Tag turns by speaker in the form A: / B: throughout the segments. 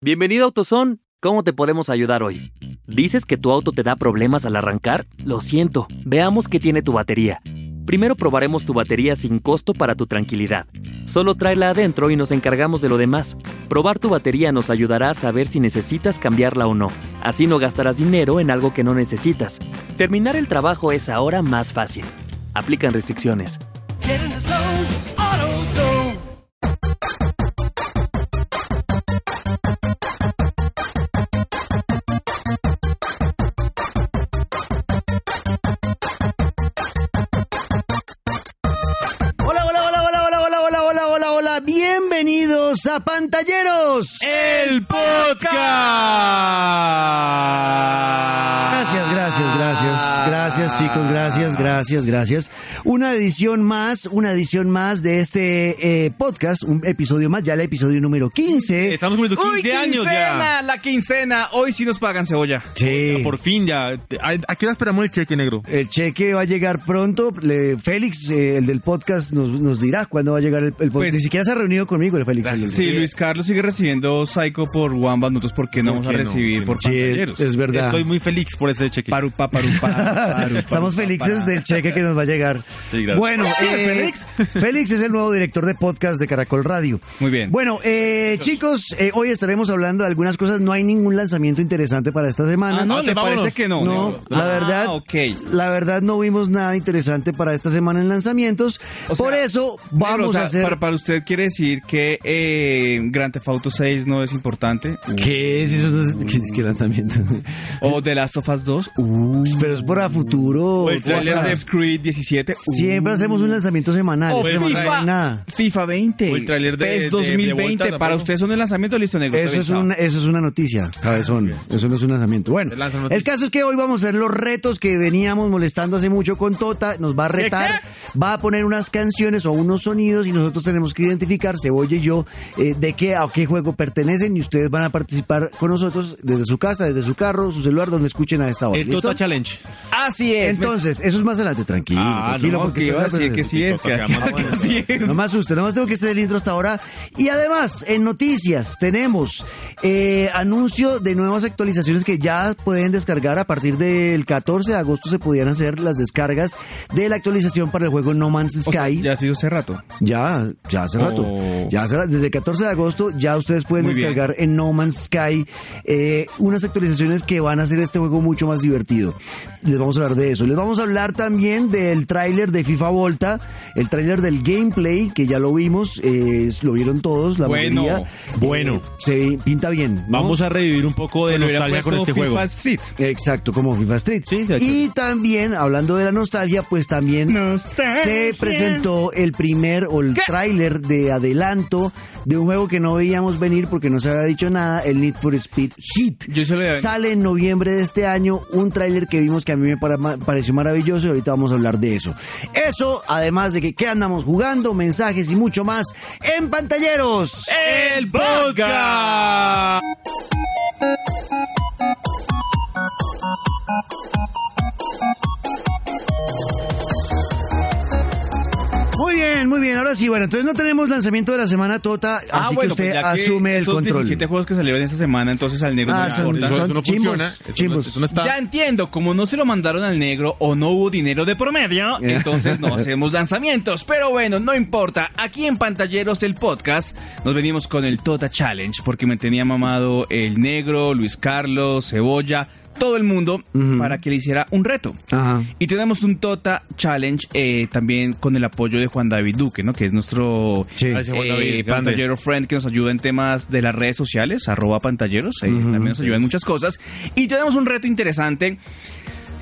A: Bienvenido a AutoZone. ¿Cómo te podemos ayudar hoy? ¿Dices que tu auto te da problemas al arrancar? Lo siento, veamos qué tiene tu batería. Primero probaremos tu batería sin costo para tu tranquilidad. Solo tráela adentro y nos encargamos de lo demás. Probar tu batería nos ayudará a saber si necesitas cambiarla o no. Así no gastarás dinero en algo que no necesitas. Terminar el trabajo es ahora más fácil. Aplican restricciones.
B: Hola, hola, hola, hola, hola, hola, hola, hola, hola, hola. Bienvenidos a Pantalleros.
C: El podcast.
B: Gracias, gracias, gracias, gracias chicos, gracias, gracias, gracias. Una edición más, una edición más de este eh, podcast, un episodio más, ya el episodio número 15.
C: Estamos cumpliendo 15
D: Uy,
C: años ya.
D: quincena, la quincena. Hoy sí nos pagan cebolla.
B: Sí.
C: Por fin ya. ¿A, a qué hora esperamos el cheque negro?
B: El cheque va a llegar pronto. Le- Félix, eh, el del podcast, nos, nos dirá cuándo va a llegar el, el podcast.
D: Pues-
B: Ni siquiera se ha reunido conmigo el Félix.
C: Gracias.
B: el-
D: Si Luis Carlos sigue recibiendo Psycho por Wamba, nosotros ¿por qué no
C: ¿Por
D: vamos a
C: qué no?
D: recibir
C: Sí,
D: por
B: Sí,
D: pantalleros?
B: es verdad.
C: Estoy muy feliz por ese cheque.
D: Parupa, parupa, parupa,
B: Estamos
D: parupa,
B: felices
D: para.
B: del cheque que nos va a llegar.
C: Sí, gracias.
B: Bueno, eh,
D: Félix?
B: Félix es el nuevo director de podcast de Caracol Radio.
D: Muy bien.
B: Bueno, eh, chicos, eh, hoy estaremos hablando de algunas cosas. No hay ningún lanzamiento interesante para esta semana.
D: Ah, no,
C: Ah,
D: ¿le
C: vámonos.
D: parece que no?
B: No,
D: Negro?
B: la
D: Ah,
B: verdad,
D: ok.
B: la verdad no vimos nada interesante para esta semana en lanzamientos.
D: O
B: Por
D: sea,
B: eso
D: Negro,
B: vamos
D: o sea,
B: a hacer.
D: Para, para usted quiere decir que eh, Grand Theft Auto 6 no es importante.
B: ¿Qué es eso? No sé- ¿Qué, qué lanzamiento?
D: O The Last of Us 2.
B: Pero es para futuro.
C: O el
D: O
C: tráiler
B: cosas.
D: Assassin's Creed 17. uh.
B: Siempre hacemos un lanzamiento semanal.
D: O
B: Esta semana no hay
D: FIFA,
B: nada.
D: FIFA 20.
C: O el tráiler de-
D: PES
C: de- de
D: 2020.
C: vuelta, ¿tampoco?
D: para ustedes son el lanzamiento, listo, negro.
B: Eso
D: Está
B: es,
D: bien,
B: una, eso es una noticia, cabezón.
D: Ah,
B: Eso no es un lanzamiento. Bueno,
C: Te lanzan noticias.
B: el caso es que hoy vamos a hacer los retos que veníamos molestando hace mucho con Tota. Nos va a retar, va a poner unas canciones o unos sonidos y nosotros tenemos que identificar, Cebolla y yo, eh, de qué a qué juego pertenecen y ustedes van a participar con nosotros desde su casa, desde su carro, su celular, donde escuchen a esta hora.
C: el
B: ¿listo?
C: Tota Challenge.
D: Así es. me-
B: Entonces, eso es más adelante, tranquilo.
D: Ah,
B: tranquilo
D: no,
B: porque
D: que
B: esto
D: iba a
B: es
D: decir que sí es,
C: TikTok,
D: que
C: se llama,
D: que
C: bueno.
D: sí es.
B: No me asuste, no más tengo que estar el intro hasta ahora. Y además, en noticias tenemos eh, anuncio de nuevas actualizaciones que ya pueden descargar a partir del 14 de agosto. Se podían hacer las descargas de la actualización para el juego No Man's Sky.
D: O sea,
B: ya.
D: ya ha sido hace rato.
B: Ya, hace rato.
D: Oh.
B: Ya hace rato. Desde el 14 de agosto ya ustedes pueden
D: Muy bien.
B: descargar en No Man's Sky eh, unas actualizaciones que van a hacer este juego mucho más divertido. Les vamos a hablar de eso. Les vamos a hablar también del tráiler de FIFA Volta, el tráiler del gameplay que ya lo vimos, eh, lo vieron todos, la
D: Bueno,
B: mayoría.
E: bueno.
B: Eh, se pinta bien. ¿no?
E: Vamos a revivir un poco de
D: Pero hubiera
E: nostalgia con
D: puesto
E: este
D: FIFA
E: juego.
D: Street.
B: Exacto, como FIFA Street.
E: Sí, se ha hecho.
B: y también, hablando de la nostalgia, pues también
D: Nostalgia.
B: se presentó el primer o el
D: ¿Qué?
B: tráiler de adelanto de un juego que no veíamos venir porque no se había dicho nada, el Need for Speed Heat.
D: Yo se lo había-
B: Sale en noviembre de este año un tráiler que vimos que a mí me para- ma- pareció maravilloso y ahorita vamos a hablar de eso. Eso, además de que qué andamos jugando, mensajes y mucho más en pantalleros.
D: El podcast.
B: Muy bien, muy bien. Ahora sí, bueno, entonces no tenemos lanzamiento de la semana Tota,
D: Ah,
B: así que usted asume el
D: pues esos
B: control.
D: 17 juegos que salieron esta semana, entonces al negro
B: Ah,
D: no le
B: son-
D: importa.
C: Eso,
B: son
C: eso no
B: chimbos,
C: funciona. Eso no-
B: chimbos.
C: eso no está.
D: Ya entiendo, como no se lo mandaron al negro o no hubo dinero de promedio,
B: Yeah.
D: entonces no hacemos lanzamientos. Pero bueno, no importa. Aquí en Pantalleros, el podcast, nos venimos con el Tota Challenge, porque me tenía mamado el negro, Luis Carlos, Cebolla, todo el mundo,
B: Ujú.
D: para que le hiciera un reto.
B: Ajá.
D: Y tenemos un Tota Challenge eh, también con el apoyo de Juan David Duque, ¿no? Que es nuestro
B: Sí.
D: eh,
E: Gracias, Juan David, grande.
D: pantallero friend que nos ayuda en temas de las redes sociales, arroba pantalleros, eh, también nos ayuda en muchas cosas. Y tenemos un reto interesante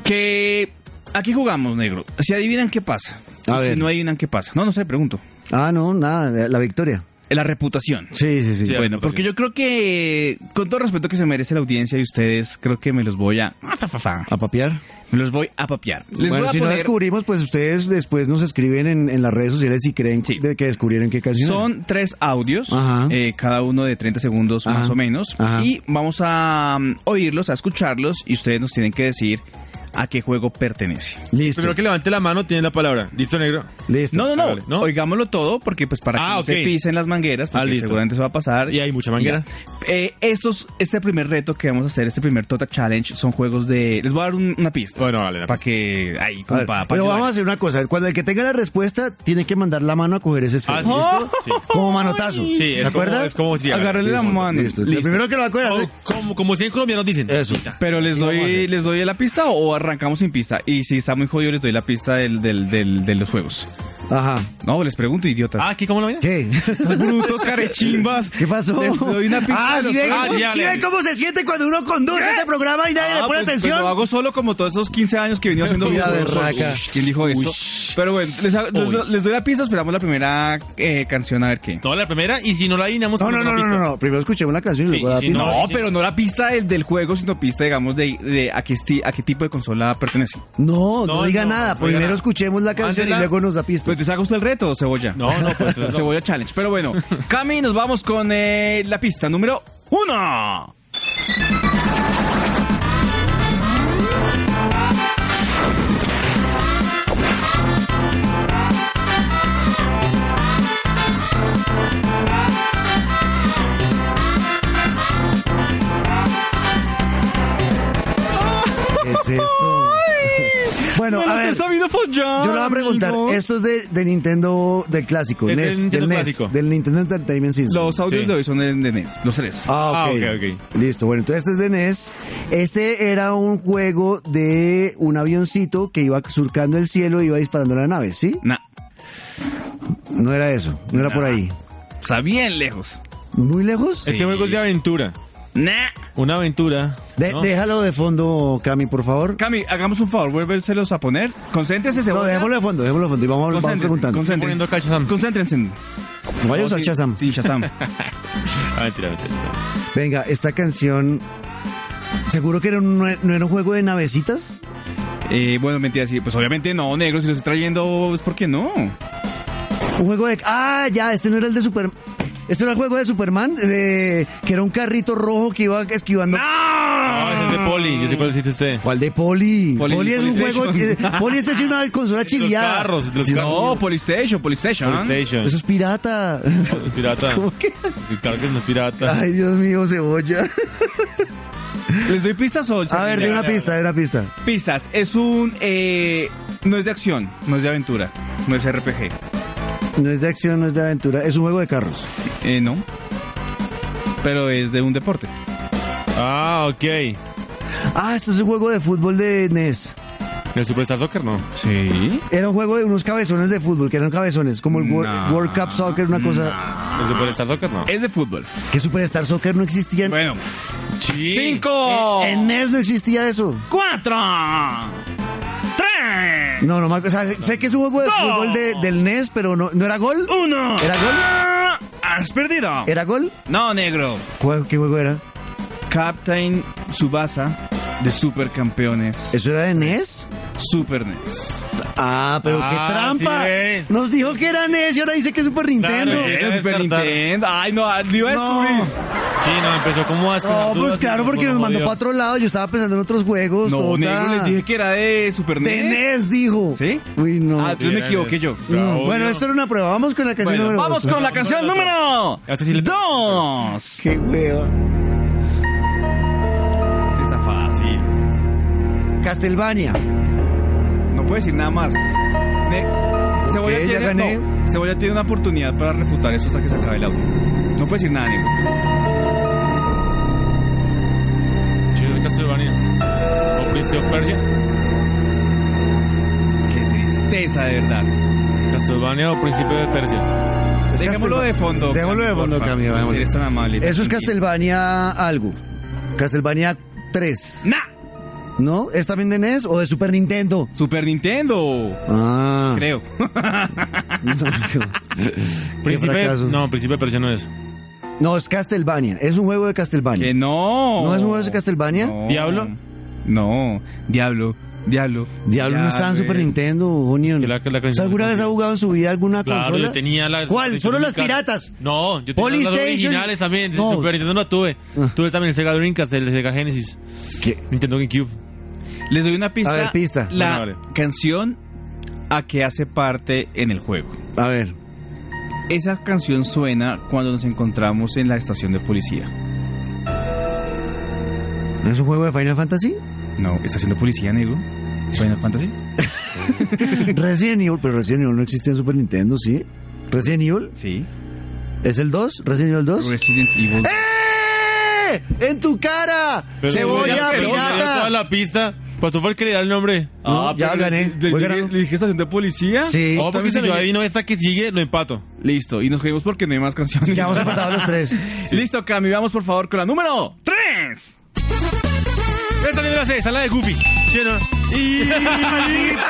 D: que aquí jugamos, negro. Si adivinan qué pasa.
B: A
D: O si
B: ver.
D: no adivinan qué pasa. No, no sé, pregunto.
B: Ah, no, nada, la- la victoria.
D: La reputación.
B: Sí, sí, sí.
C: Sí,
D: Bueno,
C: reputación.
D: porque yo creo que, con todo respeto que se merece la audiencia y ustedes, creo que me los voy a... ah,
B: ¿A papear?
D: Me los voy a papear. Les
B: bueno,
D: voy a
B: si no
D: poner...
B: descubrimos, pues ustedes después nos escriben en, en las redes sociales si creen
D: Sí.
B: de que descubrieron qué canción.
D: Son tres audios,
B: Ajá.
D: eh, cada uno de 30 segundos
B: Ajá.
D: más o menos.
B: Ajá.
D: Y vamos a mm, oírlos, a escucharlos y ustedes nos tienen que decir a qué juego pertenece.
B: Listo.
E: Primero que levante la mano tiene la palabra. ¿Listo, negro?
B: Listo.
D: No, no, no,
E: Hágale, ¿no?
D: Oigámoslo todo porque pues para
E: Ah,
D: que no
E: ok.
D: se pisen las mangueras,
E: Ah,
D: porque
E: listo.
D: seguramente eso va a pasar.
E: Y hay mucha manguera.
D: Ya. Eh, estos, este primer reto que vamos a hacer, este primer Tota Challenge, son juegos de... Les voy a dar un- una pista.
E: Bueno, vale.
D: Para que... Ahí,
B: A
D: como
B: ver,
D: para...
B: pero vamos a hacer una cosa. Cuando el que tenga la respuesta tiene que mandar la mano a coger ese esfero.
E: Ah, ¿sí, listo? Sí.
B: Como manotazo.
E: Sí, es
B: ¿Se
E: como-
B: acuerdas?
E: es como si
D: Agarrarle la mano.
B: Listo. Lo primero que lo acuerdas. ¿eh?
E: Como, Oh, como, como 100 colombianos dicen.
B: Eso.
D: Pero les
B: Así vamos a
D: doy,
B: hacer.
D: les doy la pista o arrancamos sin pista. Y si está muy jodido, les doy la pista del, del, del- de los juegos.
B: Ajá.
D: No, les pregunto, idiotas.
E: Ah, ¿qué? ¿Cómo lo ven?
B: ¿Qué?
D: estos brutos, carechimbas.
B: ¿Qué pasó?
D: Les doy una pista
B: ah,
D: de
B: si
D: los
B: ven,
D: juegos.
E: Ah,
B: cómo,
E: ya,
B: sí
E: ya.
B: ven cómo se siente cuando uno conduce este programa y nadie le
D: Ah,
B: pone
D: pues, pues,
B: atención.
D: lo hago solo como todos esos 15 años que venía haciendo
B: Mira,
D: videos.
B: berraca.
D: Ush, ¿Quién dijo eso? Pero bueno, les, les- les doy la pista, esperamos la primera eh, canción a ver qué.
E: Toda la primera y si no la adivinamos... pues,
B: No, no, no,
E: tenemos una
B: no, no,
E: pista.
B: no. Primero escuchemos la canción y
E: Sí,
B: luego la
E: sí,
B: pista.
D: No,
E: sí.
D: pero no la pista del, del juego, sino pista, digamos, de, de a, qué, esti- a qué tipo de consola pertenece.
B: No, no,
E: No,
B: diga
E: no,
B: nada.
E: no diga
B: Primero
E: nada.
B: escuchemos la canción y
E: Mándela.
B: luego nos da
D: Pues
B: pistas.
D: te haga usted el reto, cebolla.
E: No, no, pues entonces no.
D: cebolla challenge. Pero bueno, Cami, nos vamos con eh, la pista número uno.
B: ¿Qué es esto? bueno, a ver.
D: sabido follar.
B: Yo le voy a preguntar,
D: amigos.
B: esto es de, de Nintendo del clásico,
E: Es del
B: NES,
E: Nintendo
B: del NES,
E: clásico.
B: del Nintendo Entertainment System.
D: Los audios
E: Sí.
D: de hoy son de, de NES, los tres.
B: Ah, ok.
E: Ah, ok,
B: Listo, bueno, entonces este es de NES. Este era un juego de un avioncito que iba surcando el cielo y iba disparando la nave, ¿sí?
D: Nah,
B: No era eso, no era por ahí.
D: está bien lejos.
B: ¿Muy lejos?
E: Este juego es de aventura.
D: Nah.
E: Una aventura.
B: De-
E: ¿no?
B: Déjalo de fondo, Cami, por favor.
D: Cami, hagamos un favor, vuélveselos a poner. Concéntrese,
B: No,
D: cebolla.
B: dejémoslo de fondo, dejémoslo de fondo y vamos, vamos
D: Concéntrense,
B: preguntando.
D: concéntrense.
E: Estoy poniendo acá Shazam.
D: Concéntrense.
B: Vaya a
D: No,
B: usar
D: sí,
B: Shazam.
D: Sí, Shazam.
E: Ah, mentira, mentira. mentira.
B: Venga, esta canción... ¿Seguro que era un- no era un juego de navecitas?
D: Eh, bueno, mentira, sí. Pues obviamente no, negro, si lo estoy trayendo, es porque no.
B: Un juego de. Ah, ya, este no era el de Superman. Este no era el juego de Superman, de- que era un carrito rojo que iba esquivando.
E: Ah, ese es de Poli. Yo sé cuál hiciste usted.
B: ¿Cuál de Poli? Poli,
D: Poli-
B: es un juego. que-
D: Polystation.
B: Poli es así una consola
E: Los
B: chiviada.
E: carros, los
D: No,
E: carros.
D: Polystation, Polystation.
E: PlayStation.
B: Eso es pirata.
E: Es pirata.
B: pues, ¿Cómo que?
E: Claro que no es pirata.
B: Ay, Dios mío, cebolla.
D: ¿Les doy pistas o...?
B: A ver, de una pista, de una pista.
D: Pistas. Es un... eh, no es de acción, no es de aventura, no es RPG.
B: No es de acción, no es de aventura. Es un juego de carros.
D: Eh, no. Pero es de un deporte.
E: Ah, ok. ¿El
B: Ah, esto es un juego de fútbol de E NES.
E: Superstar Soccer no?
D: Sí.
B: Era un juego de unos cabezones de fútbol, que eran cabezones, como el Wor-
D: Nah.
B: World Cup Soccer, una cosa.
E: ¿El Superstar Soccer
B: Eh.
E: no?
D: Es de fútbol.
B: Que Superstar Soccer no existía. en-
D: Bueno.
E: Sí.
D: Cinco.
B: Eh, En NES no existía eso.
D: Cuatro. Tres.
B: No, no, me acuerdo. O sea, sé que es un juego de
D: ¡No! Uh.
B: fútbol de- del NES, pero no, ¿no era gol?
D: Uno.
B: ¿Era gol?
D: Has perdido.
B: ¿Era gol?
D: No, negro.
B: ¿Cuál- ¿Qué juego era?
D: Captain Subasa de Supercampeones.
B: ¿Eso era de NES?
D: Super E NES.
B: Ah, pero
E: Ah,
B: qué trampa.
E: sí, ve.
B: Nos dijo que era NES y ahora dice que es Super Nintendo.
E: Claro, eh.
D: Era Super
E: descartar.
D: Nintendo. Ay, no, lo iba a
B: No.
D: descubrir.
E: Sí, no, empezó como hasta.
B: No, pues claro, porque nos mandó para otro lado. Yo estaba pensando en otros juegos.
D: No,
B: tota.
D: negro, les dije que era de Super
B: De
D: NES.
B: NES, dijo.
D: ¿Sí?
B: Uy, no.
D: Ah, entonces me
E: Sí,
D: equivoqué
E: es-
D: yo.
B: No,
E: obvio.
B: Mm, Bueno, esto era una prueba. Vamos con la canción
D: Bueno,
B: número
D: vamos
B: dos.
D: con la canción número
E: Este sí le-
D: dos.
B: Qué hueva.
D: Está fácil.
B: Castlevania.
D: No puedo decir nada más. Ne- Cebolla,
B: Ok, ya
D: tiene,
B: gané.
D: no, Cebolla tiene una oportunidad para refutar eso hasta que se acabe el audio. No puedo decir nada, negro.
E: Chido de Castlevania. O Prince of Persia.
D: Qué tristeza, de verdad.
E: Castlevania o Príncipe de Persia.
B: Es
D: Dejémoslo
B: Castelva-
D: de fondo.
B: Dejémoslo de
D: Cami,
B: fondo,
D: porfa.
B: Cami.
D: Si
B: vámonos.
D: eres tan amable. y tan
B: Eso Ah, es
D: gentil.
B: Castlevania algo. Castlevania 3.
D: ¡Nah!
B: ¿No? ¿Es también de NES o de Super Nintendo?
D: Super Nintendo.
B: Ah.
D: Creo.
B: No,
E: Príncipe.
B: fracaso.
E: No, Príncipe de Persia no es.
B: No, es Castlevania. Es un juego de
D: que
B: Castlevania.
D: no.
B: ¿No es un juego de Castlevania?
D: No.
E: ¿Diablo?
D: No. Diablo. Diablo.
B: Diablo no está en Super Ningendo, Onion.
E: Que la- que la canción-
B: ¿Usted ¿Alguna vez ha jugado en su vida alguna
E: Claro,
B: consola?
E: yo tenía la.
B: ¿Cuál?
E: yo
B: ¿Solo
E: tenía
B: las
E: mi casa.
B: piratas?
E: No, yo tenía las
B: Polystation.
E: originales también.
B: No.
E: No. Super Nintendo no tuve.
B: Ah.
E: Tuve también el Sega Dreamcast, el Sega Genesis,
B: ¿Qué?
E: Nintendo GameCube.
D: Les doy una pista.
B: A ver, pista.
D: La
C: Bueno, dale.
D: canción a que hace parte en el juego.
B: A ver.
D: Esa canción suena cuando nos encontramos en la estación de policía.
B: ¿No es un juego de Final Fantasy?
D: No, estación de policía, negro. Final Fantasy.
B: Resident Evil, pero Resident Evil no existe en Super Nintendo, ¿sí? Resident Evil,
D: Sí.
B: ¿es el 2? ¿Resident Evil 2?
D: Resident Evil.
B: ¡Eh! ¡En tu cara!
C: Pero-
B: ¡Cebolla
C: pero- pero toda
B: pirata!
C: la pista. Pues tú fue el que le da el nombre.
B: No, ya
C: Ah, pero
B: gané.
C: Le,
B: Voy
C: le-
B: ganando.
C: le dije estación de policía.
B: Sí.
C: Oh, porque
D: También
C: si
D: se
C: yo
D: lo-
C: adivino esta que sigue, lo empato.
D: Listo, y nos jodimos porque no hay más canciones.
B: Ya hemos empatado los tres.
D: Listo, Cami, vamos por favor con la número 3.
C: Esta también la sé, esa es la de Goofy. ¿Sí o no? ¡Y maldito!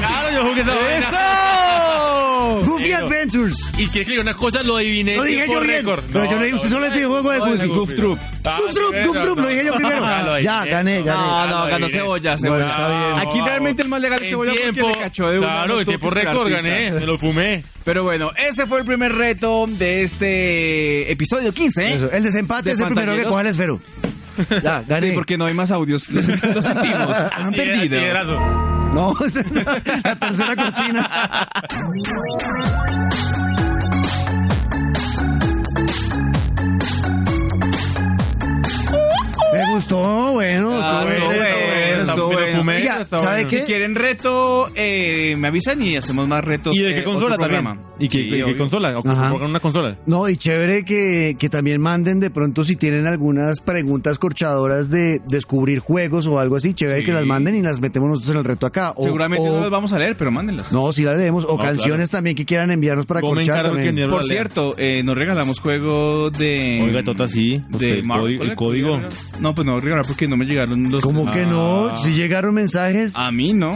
C: claro, yo jugué esa vaina.
D: ¡Eso!
B: Goofy
C: Eso.
B: Adventures.
C: Y quieres que diga una cosa, lo adiviné.
B: Lo dije
C: tiempo
B: yo bien.
C: récord.
B: Pero yo le dije, usted solo le dijo juego de
C: no,
B: Goofy.
C: no,
B: Goof
C: no.
B: Troop.
C: Ah,
B: Goof Troop,
C: sí,
B: Goof Troop,
C: no,
B: lo dije yo
C: no,
B: primero.
C: no, lo
B: Ya,
C: adiviné.
B: gané, gané.
D: No, no, ganó
C: adiviné.
D: cebolla,
B: Bueno,
D: cebolla.
B: está bien.
D: Aquí realmente el más legal es
C: En
D: cebolla porque
C: tiempo,
D: le cachó de una, no
C: Claro, en
D: tuvo
C: tiempo
D: que esperar
C: récord
D: pistas.
C: gané. Me lo fumé.
D: Pero bueno, ese fue el primer reto de este episodio 15, ¿eh?
B: Eso, El desempate
D: De
B: es el primero que
D: pantalleros.
B: coge el esfero. Ya, gané.
D: Sí, porque no hay más audios. Lo, lo sentimos. Han
C: Tiene-
D: perdido.
C: tiene razón.
B: No, esa es la, la tercera cortina. Me gustó, bueno,
D: Ah,
B: estuvo
D: estuvo
B: bien,
D: bueno,
B: estuvo bien.
D: estuvo
C: Me lo
D: bueno.
C: fumé,
B: Oiga,
C: está
B: ¿sabe
C: bueno.
B: qué?
D: Si quieren reto, eh, me avisan y hacemos más retos.
C: ¿Y de
D: eh,
C: qué
D: otro
C: consola también?
D: programa.
C: ¿Y qué,
D: Sí,
C: qué- qué
D: obvio.
C: consola? ¿O
B: Ajá.
C: con una consola?
B: No, y chévere que, que también manden de pronto si tienen algunas preguntas corchadoras de descubrir juegos o algo así, chévere
D: Sí.
B: que las manden y las metemos nosotros en el reto acá. O-
D: Seguramente
B: o-
D: no las vamos a leer, pero mándenlas.
B: No, si la leemos. O
C: No,
B: canciones también que quieran enviarnos para
C: Vos me
B: corchar
C: encargo que
B: también.
C: ni
D: Por
C: Lea.
D: cierto, eh, nos regalamos juego de.
C: Oiga, Tota, sí. O sea, el
D: Marvel.
C: código- el código.
D: No, pues no voy a regalar porque no me llegaron los.
B: ¿Cómo que no?
C: Ah.
B: Si llegaron mensajes,
D: A mí no.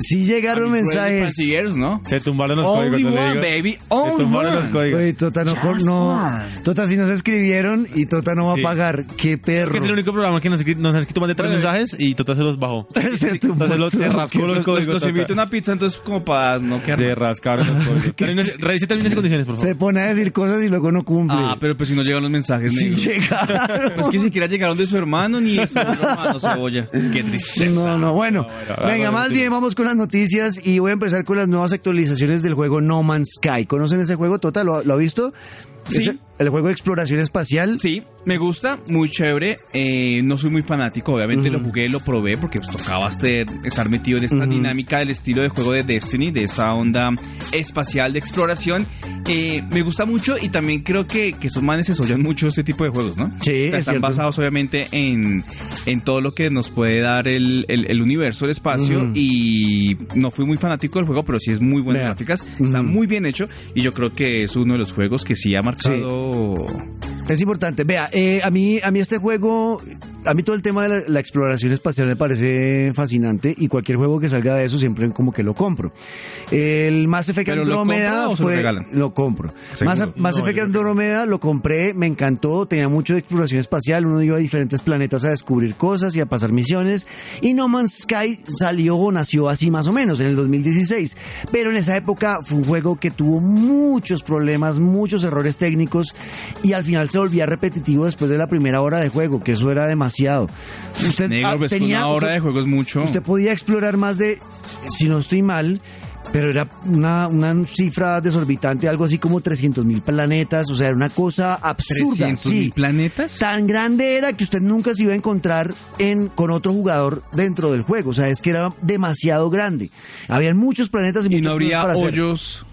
B: si llegaron mensajes.
D: Years, ¿no?
C: Se tumbaron los
D: Only
C: códigos. no le
D: one,
C: digo.
D: baby.
C: Se
D: Only
C: tumbaron los
D: one.
C: códigos.
B: Oye, Tota no, cor-
D: Just
B: no.
D: one.
B: Tota si nos escribieron y Tota no va
C: Sí.
B: a pagar.
C: Creo
B: Qué
C: que Este es el
B: perro.
C: único programa que nos, nos quitó más de tres
D: Bueno.
C: mensajes y Tota se los bajó.
B: Se tumbó
C: Entonces lo-
B: todo.
C: se rascó los
D: Los, los,
C: códigos. Tota.
D: invito a una pizza, entonces, como para no quedar.
C: Se rascaron los códigos. Termine- Revise términos y condiciones, por favor.
B: Se pone a decir cosas y luego no cumple.
D: Ah, pero pues si no llegan los mensajes,
B: si
D: negro.
B: llegaron.
D: Pues que siquiera llegaron de su hermano ni de su hermano, cebolla. Qué tristeza.
B: No, no,
C: bueno,
B: bueno. Venga,
C: bueno,
B: más
C: sí.
B: bien vamos con las noticias y voy a empezar con las nuevas actualizaciones del juego No Man's Sky. ¿Conocen ese juego, Tota? ¿Lo, lo ha visto?
D: Sí.
B: Es el- el juego de exploración espacial.
D: Sí, me gusta, muy chévere. Eh, no soy muy fanático, obviamente lo jugué, lo probé porque pues, tocaba este- estar metido en esta dinámica del estilo de juego de Destiny, de esta onda espacial de exploración. Eh, me gusta mucho y también creo que, que esos manes se sollan mucho este tipo de juegos, ¿no?
B: Sí,
D: O sea,
B: es
D: están
B: cierto.
D: basados obviamente en, en todo lo que nos puede dar el, el- el universo, el espacio
B: Ujú.
D: y no fui muy fanático del juego, pero sí es muy buenas
B: Vea.
D: gráficas, está
B: Ujú.
D: muy bien hecho y yo creo que es uno de los juegos que sí ha marcado...
B: Es importante. Vea, eh, a mí a mí este juego, a mí todo el tema de la, la exploración espacial me parece fascinante y cualquier juego que salga de eso siempre como que lo compro. El Mass Effect
D: ¿Pero lo
B: Andrómeda
D: compra o se lo
B: fue
D: regalan?
B: lo compro.
D: ¿Seguro?
B: Mass, Mass
C: No,
B: Effect
C: yo creo que
B: Andrómeda lo compré, me encantó, tenía mucho de exploración espacial, uno iba a diferentes planetas a descubrir cosas y a pasar misiones y No Man's Sky salió o nació así más o menos en el 2016, pero en esa época fue un juego que tuvo muchos problemas, muchos errores técnicos y al final se volvía repetitivo después de la primera hora de juego, que eso era demasiado. Usted
D: Negro,
B: ah,
D: pues que
B: tenía
D: una hora
B: usted-
D: de juego es mucho.
B: Usted podía explorar más de, si no estoy mal, pero era una, una cifra desorbitante, algo así como 300 mil planetas, o sea, era una cosa absurda.
D: 300 mil
B: Sí.
D: planetas.
B: Tan grande era que usted nunca se iba a encontrar en, con otro jugador dentro del juego. O sea, es que era demasiado grande. Habían muchos planetas y,
D: Y
B: muchos
D: no habría
B: para hacer.
D: hoyos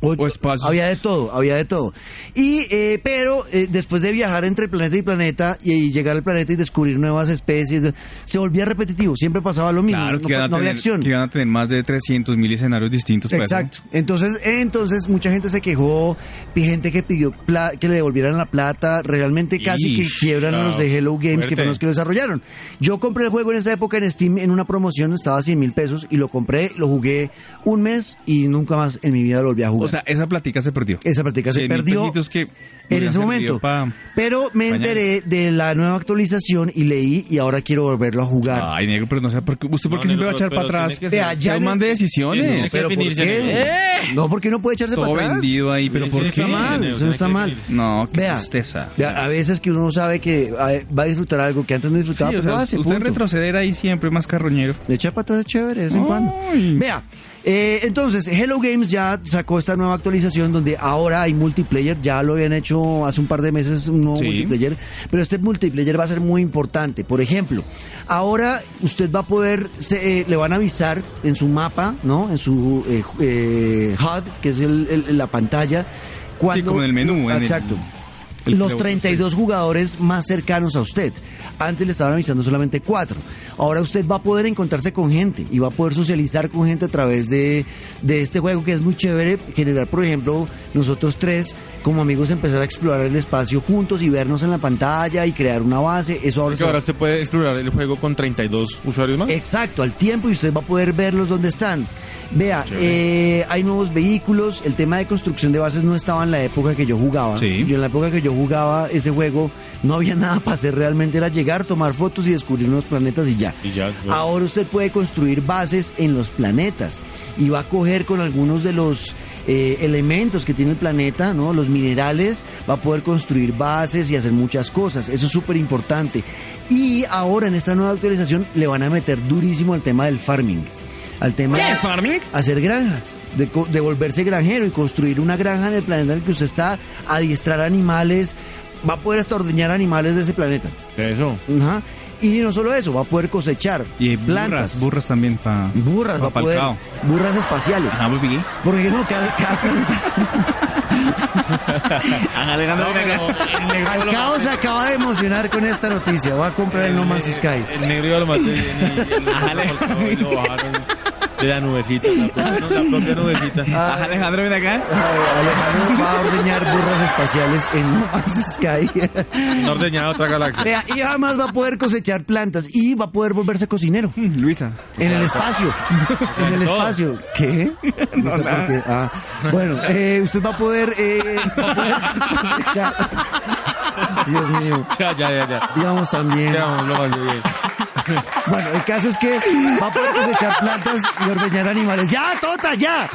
D: o espacios.
B: Había de todo, había de todo. Y, eh, pero eh, después de viajar entre planeta y planeta y, y llegar al planeta y descubrir nuevas especies, se volvía repetitivo, siempre pasaba lo mismo,
D: Claro,
B: no,
D: que,
B: no
D: van a
B: había
D: tener,
B: acción.
D: que van a tener más de 300 mil escenarios distintos. para eso.
B: Exacto. Entonces, entonces mucha gente se quejó, vi gente que pidió pla- que le devolvieran la plata, realmente casi
C: Ish,
B: que quiebran a los
D: ah,
B: de Hello Games, que
C: fuerte.
B: fueron los que lo desarrollaron. Yo compré el juego en esa época en Steam en una promoción, estaba a 100 mil pesos y lo compré, lo jugué un mes y nunca más en mi vida lo volví a jugar.
D: O sea, esa platica se perdió.
B: esa práctica se
D: Cien mil
B: perdió.
D: pesitos que
B: en
D: Hubiera
B: ese momento.
D: servido pa-
B: Pero me
D: pañales.
B: enteré de la nueva actualización y leí y ahora quiero volverlo a jugar.
D: Ay, negro, pero no sé por qué. ¿Usted por qué
C: No, negro,
D: siempre va a echar
C: pero
D: para
C: tiene
D: atrás?
C: que
B: ser-
D: Sea
B: Allá
D: un man de decisiones.
C: Tiene
B: ¿Pero por
C: definirse,
B: qué?
D: ¡Eh!
B: No, porque no puede echarse para
D: Todo
B: atrás.
D: vendido ahí, pero
C: Sí,
D: ¿por
C: sí,
D: qué?
B: Está mal, eso no está mal.
D: No, qué
B: Vea,
D: tristeza.
B: ya, a veces que uno sabe que a ver, va a disfrutar algo que antes no disfrutaba,
D: Sí, o
B: pero
D: sea,
B: lo hace,
D: usted
B: punto.
D: retroceder ahí siempre más carroñero.
B: De echar para atrás es chévere de vez en cuando.
D: Ay.
B: Vea, eh, entonces, Hello Games ya sacó esta nueva actualización donde ahora hay multiplayer. Ya lo habían hecho hace un par de meses un nuevo
D: Sí.
B: multiplayer. Pero este multiplayer va a ser muy importante. Por ejemplo, ahora usted va a poder, se- eh, le van a avisar en su mapa, ¿no? En su eh, ju- eh, HUD, que es el- el- la pantalla. Cuando,
D: como en el menú, en el-
B: Exacto.
D: el
B: los
D: clavo,
B: 32 jugadores más cercanos a usted. Antes le estaban avisando solamente cuatro. Ahora usted va a poder encontrarse con gente y va a poder socializar con gente a través de, de este juego que es muy chévere. Generar, por ejemplo, nosotros tres como amigos empezar a explorar el espacio juntos y vernos en la pantalla y crear una base. Eso ahora,
E: Porque
B: se va-
E: ahora se puede explorar el juego con 32 usuarios
D: Eh,
E: más.
B: Exacto, al tiempo y usted va a poder verlos donde están. Vea, eh, hay nuevos vehículos, el tema de construcción de bases no estaba en la época que yo jugaba.
D: Sí.
B: Yo en la época que yo jugaba ese juego no había nada para hacer realmente, era llegar, tomar fotos y descubrir nuevos planetas y ya.
E: Y ya, bueno.
B: Ahora usted puede construir bases en los planetas y va a coger con algunos de los eh, elementos que tiene el planeta, ¿no? Los minerales, va a poder construir bases y hacer muchas cosas. Eso es súper importante. Y ahora en esta nueva actualización le van a meter durísimo al tema del farming. Al tema de
C: farming?
B: hacer granjas, de, co- de volverse granjero y construir una granja en el planeta en el que usted está, adiestrar animales, va a poder hasta ordeñar animales de ese planeta.
C: Eso.
B: Ajá. Y no solo eso, va a poder cosechar
D: Y eh,
B: plantas.
D: burras, burras también para.
B: Burras, va a poder. Burras espaciales.
D: Ah,
B: Porque no, cada, cada
E: No, pero el negro
B: Al
E: lo-
B: caos se acaba de emocionar con esta noticia. Va a comprar el No Man's Sky.
E: Eh, El negro iba a lo maté bien y- y lo- y lo bajaron de la nubecita, la propia, no, la propia nubecita.
B: Ah.
D: Ajá, Alejandro, ven acá.
B: Ay, eh, Alejandro va a ordeñar burras espaciales en No Man's Sky.
E: No ordeñaba otra galaxia.
B: Vea, y además va a poder cosechar plantas y va a poder volverse cocinero.
D: Mm, Luisa.
B: En el espacio. En el
E: todo.
B: espacio. ¿Qué? No sé por qué. Ah, bueno, eh, usted va a poder. eh, va a poder cosechar. Dios mío.
E: Ya, ya, ya, ya.
B: Digamos también.
E: Ya, vamos, lo pasé bien.
B: Bueno, el caso es que va a poder cosechar plantas y ordeñar animales. ¡Ya, Tota, ya!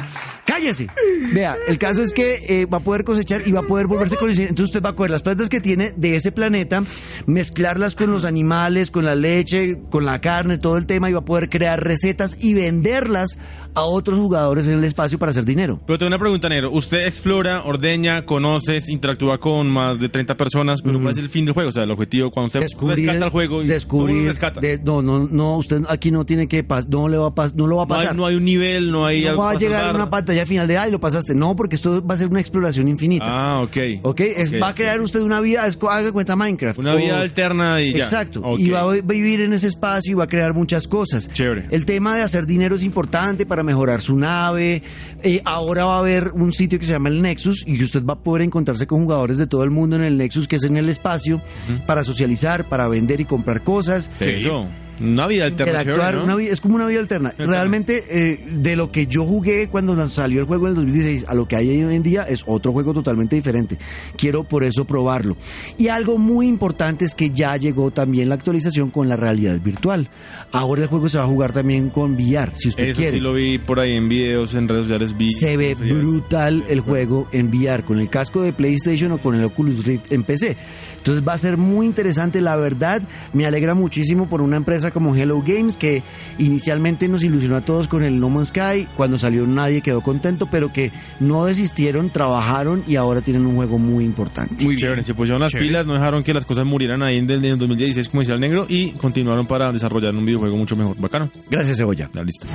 B: ¡Cállese! Vea, el caso es que eh, va a poder cosechar y va a poder volverse cocinero. Entonces usted va a coger las plantas que tiene de ese planeta, mezclarlas con los animales, con la leche, con la carne, todo el tema, y va a poder crear recetas y venderlas a otros jugadores en el espacio para hacer dinero.
E: Pero tengo una pregunta, negro. Usted explora, ordeña, conoces, interactúa con más de 30 personas, pero ¿cuál es el fin del juego? O sea, el objetivo cuando usted rescata el juego y todo
B: descubrir
E: lo rescata.
B: de- no, no, no, usted aquí no tiene que pas- no le va a pas- no lo va a
E: no, hay,
B: pasar.
E: no hay un nivel, no hay
B: no
E: algo
B: va a
E: para
B: llegar a
E: salvar.
B: una pantalla final de, ay, lo pasaste. No, porque esto va a ser una exploración infinita.
E: Ah, ok.
B: ¿Ok? Es,
E: Ok,
B: va a crear usted una vida, es, haga cuenta Minecraft.
E: Una vida
B: O-
E: alterna y ya.
B: Exacto.
E: Ok.
B: Y va a vi- vivir en ese espacio y va a crear muchas cosas.
E: Chévere.
B: El tema de hacer dinero es importante para mejorar su nave. Eh, ahora va a haber un sitio que se llama el Nexus y usted va a poder encontrarse con jugadores de todo el mundo en el Nexus, que es en el espacio, para socializar, para vender y comprar cosas
E: Sí, Eso. Una vida alterna.
B: interactuar.
E: chévere, ¿no?
B: una vi- es como una vida alterna. Realmente, eh, de lo que yo jugué cuando lan- salió el juego en el 2016 a lo que hay hoy en día es otro juego totalmente diferente. Quiero por eso probarlo. Y algo muy importante es que ya llegó también la actualización con la realidad virtual. Ahora el juego se va a jugar también con VR, si usted
E: Eso
B: quiere.
E: sí lo vi por ahí en videos, en redes sociales. Vi,
B: Se ve
E: no sé,
B: brutal el juego en VR con el casco de PlayStation o con el Oculus Rift en PC. Entonces va a ser muy interesante, la verdad. Me alegra muchísimo por una empresa como Hello Games que inicialmente nos ilusionó a todos con el No Man's Sky. Cuando salió nadie quedó contento, pero que no desistieron, trabajaron y ahora tienen un juego muy importante.
D: Muy
E: Chévere,
D: bien.
E: se pusieron las
D: Chévere.
E: pilas, no dejaron que las cosas murieran ahí en el en el 2016 como decía el negro y continuaron para desarrollar un videojuego mucho mejor. Bacano.
B: Gracias, Cebolla.
E: Ya listo.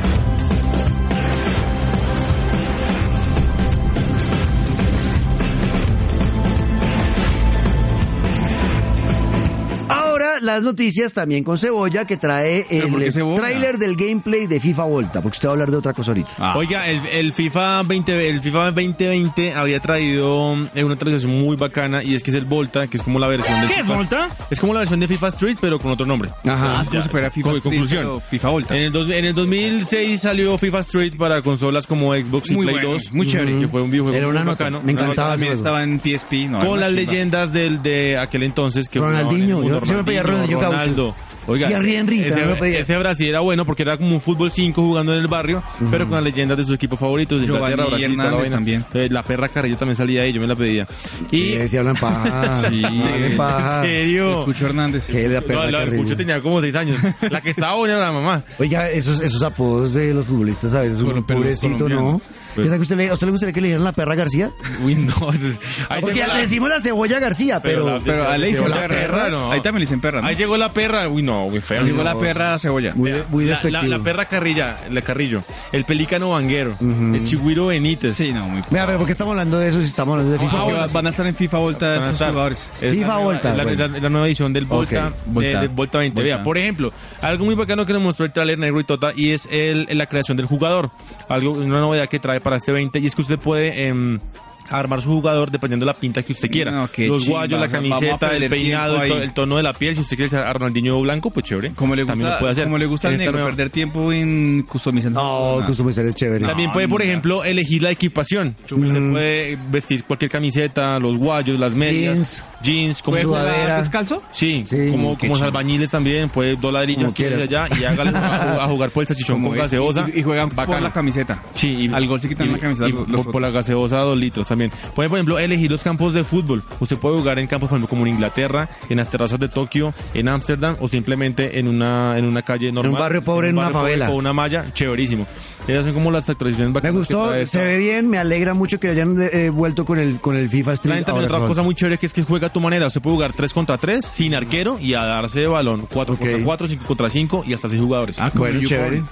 B: Ahora las noticias también con Cebolla, que trae
D: ¿Pero por qué
B: el
D: Cebolla?
B: tráiler del gameplay de FIFA Volta, porque usted va a hablar de otra cosa ahorita.
D: Ah.
E: Oiga, el, el FIFA 20, el FIFA 2020 había traído eh, una tradición muy bacana y es que es el Volta, que es como la versión de
F: ¿Qué es Volta?
E: Es como la versión de FIFA Street, pero con otro nombre.
D: Ajá. Ah, Eh, Es
E: Ya.
D: como si fuera FIFA
E: Como
D: Street,
E: conclusión.
D: pero FIFA Volta.
E: En el, dos- en el 2006 salió FIFA Street para consolas como Xbox y
D: Muy
E: Play
D: bueno,
E: 2.
D: muy chévere.
E: Que fue un videojuego
B: Era una
E: muy
B: nota,
E: bacano. Una
B: me
E: nota
B: encantaba
D: También
B: ese juego.
D: estaba en PSP.
E: con
D: No, era
E: las
D: una chimba.
E: leyendas del, de aquel entonces que jugaban en el
B: Ronaldinho,
E: mundo.
B: yo siempre pedía Ronaldinho Caucho.
E: Ronaldo. Oiga,
B: Thierry Henry, también lo pedía.
E: ese, ese Brasil era bueno porque era como un fútbol 5 jugando en el barrio, pero con las leyendas de sus equipos favoritos, de
D: Giovanni
E: Inglaterra, Brasil, y toda la
D: Hernández
E: vaina.
D: también.
E: Eh, la perra Carrillo también salía ahí, yo me la pedía. Y
B: Sí, sí hablan paja.
D: Sí,
B: hablan paja.
E: ¿En serio?
D: Cucho Hernández.
B: Que la
E: No,
B: perra
E: la
B: que
E: del Cucho
B: ríe.
E: tenía como 6 años. La que estaba buena era la mamá.
B: Oiga, esos, esos apodos de los futbolistas a veces, un
E: Bueno, pero los
B: pobrecito, ¿no?
E: colombianos.
B: ¿Qué tal que usted le, ¿A usted le gustaría que le dijeran la perra García?
E: Uy, no. entonces, ahí
B: Porque
E: llegó
B: le
E: la-
B: decimos la cebolla García, pero...
E: Pero la-
D: Pero a ley
E: Llegó la
D: perra.
E: perra, no.
D: Ahí también le dicen perra. ¿no?
E: Ahí llegó la perra. Uy, no, muy feo.
D: Llegó la perra cebolla.
B: Pues, muy,
E: Vea,
B: muy
E: la-
B: despectivo.
E: La, la perra carrilla, el carrillo, el pelícano vanguero, el chigüiro Benítez.
D: Sí, no, muy cool.
B: Mira, pero ¿por qué estamos hablando de eso si estamos hablando de FIFA?
D: Porque
E: bueno,
D: va-
E: sí.
D: van a estar en FIFA Volta
E: Van a
D: esos
E: estar.
D: jugadores.
E: Es
B: FIFA
E: la nueva-
B: Volta,
E: es La,
B: bueno.
E: es la nueva edición del Volta,
B: Ok,
D: Volta.
E: de- del Volta 20.
D: Volta.
E: Vea, por ejemplo, algo muy bacano que nos mostró el trailer Negro y Tota y es el, la creación del jugador. Algo, una novedad que trae para este 20 y es que usted puede... em, armar su jugador dependiendo de la pinta que usted quiera.
D: No, qué
E: Los
D: chimba,
E: guayos, la
D: o sea, vamos a
E: camiseta, el
D: perder
E: peinado,
D: tiempo
E: el, to-
D: ahí.
E: el tono de la piel. Si usted quiere echar a Ronaldinho blanco, pues chévere.
D: Como le
E: También
D: gusta,
E: lo puede hacer. Este
D: como le gusta al
E: En esta
D: negro
E: nueva-
D: perder tiempo en customizando.
B: No,
D: Ah.
B: customizar es chévere.
E: También puede, por
D: mira.
E: ejemplo, elegir la equipación. Usted puede vestir cualquier camiseta, los guayos, las medias, jeans, como
B: Puede jugar
E: sudadera.
D: descalzo?
E: Sí,
B: Sí.
E: como,
B: Qué
E: como albañiles también, puede dos ladrillos
B: Como
E: aquí y
B: quiera.
E: allá y hágale a, a jugar por el salchichón
D: Como
E: con
D: es.
E: gaseosa.
D: Y, y juegan por
E: Bacano.
D: la camiseta.
E: Sí, y,
D: Al gol se quitan
E: y-
D: la camiseta
E: y
D: los- los
E: por, por la gaseosa dos litros también. Puede, por ejemplo, elegir los campos de fútbol. Usted puede jugar en campos, por ejemplo, como en Inglaterra, en las terrazas de Tokio, en Ámsterdam o simplemente en una, en una calle normal.
B: barrio pobre, en una
E: barrio pobre
B: favela.
E: O una malla, chéverísimo. Esas son como las actualizaciones
B: Me
E: bacanas que
B: gustó,
E: trae esta-
B: se ve bien, me alegra mucho que hayan eh, vuelto con el, con el FIFA
E: Traen
B: Street.
E: también
B: ahora
E: otra
B: con-
E: cosa muy chévere que es que juega a tu manera. Se puede jugar 3 contra 3 sin arquero y a darse de balón. 4
B: Ok.
E: contra 4, 5 contra 5 y hasta 6 jugadores.
D: Ah, como
B: Bueno,
D: Yukon.
B: chévere.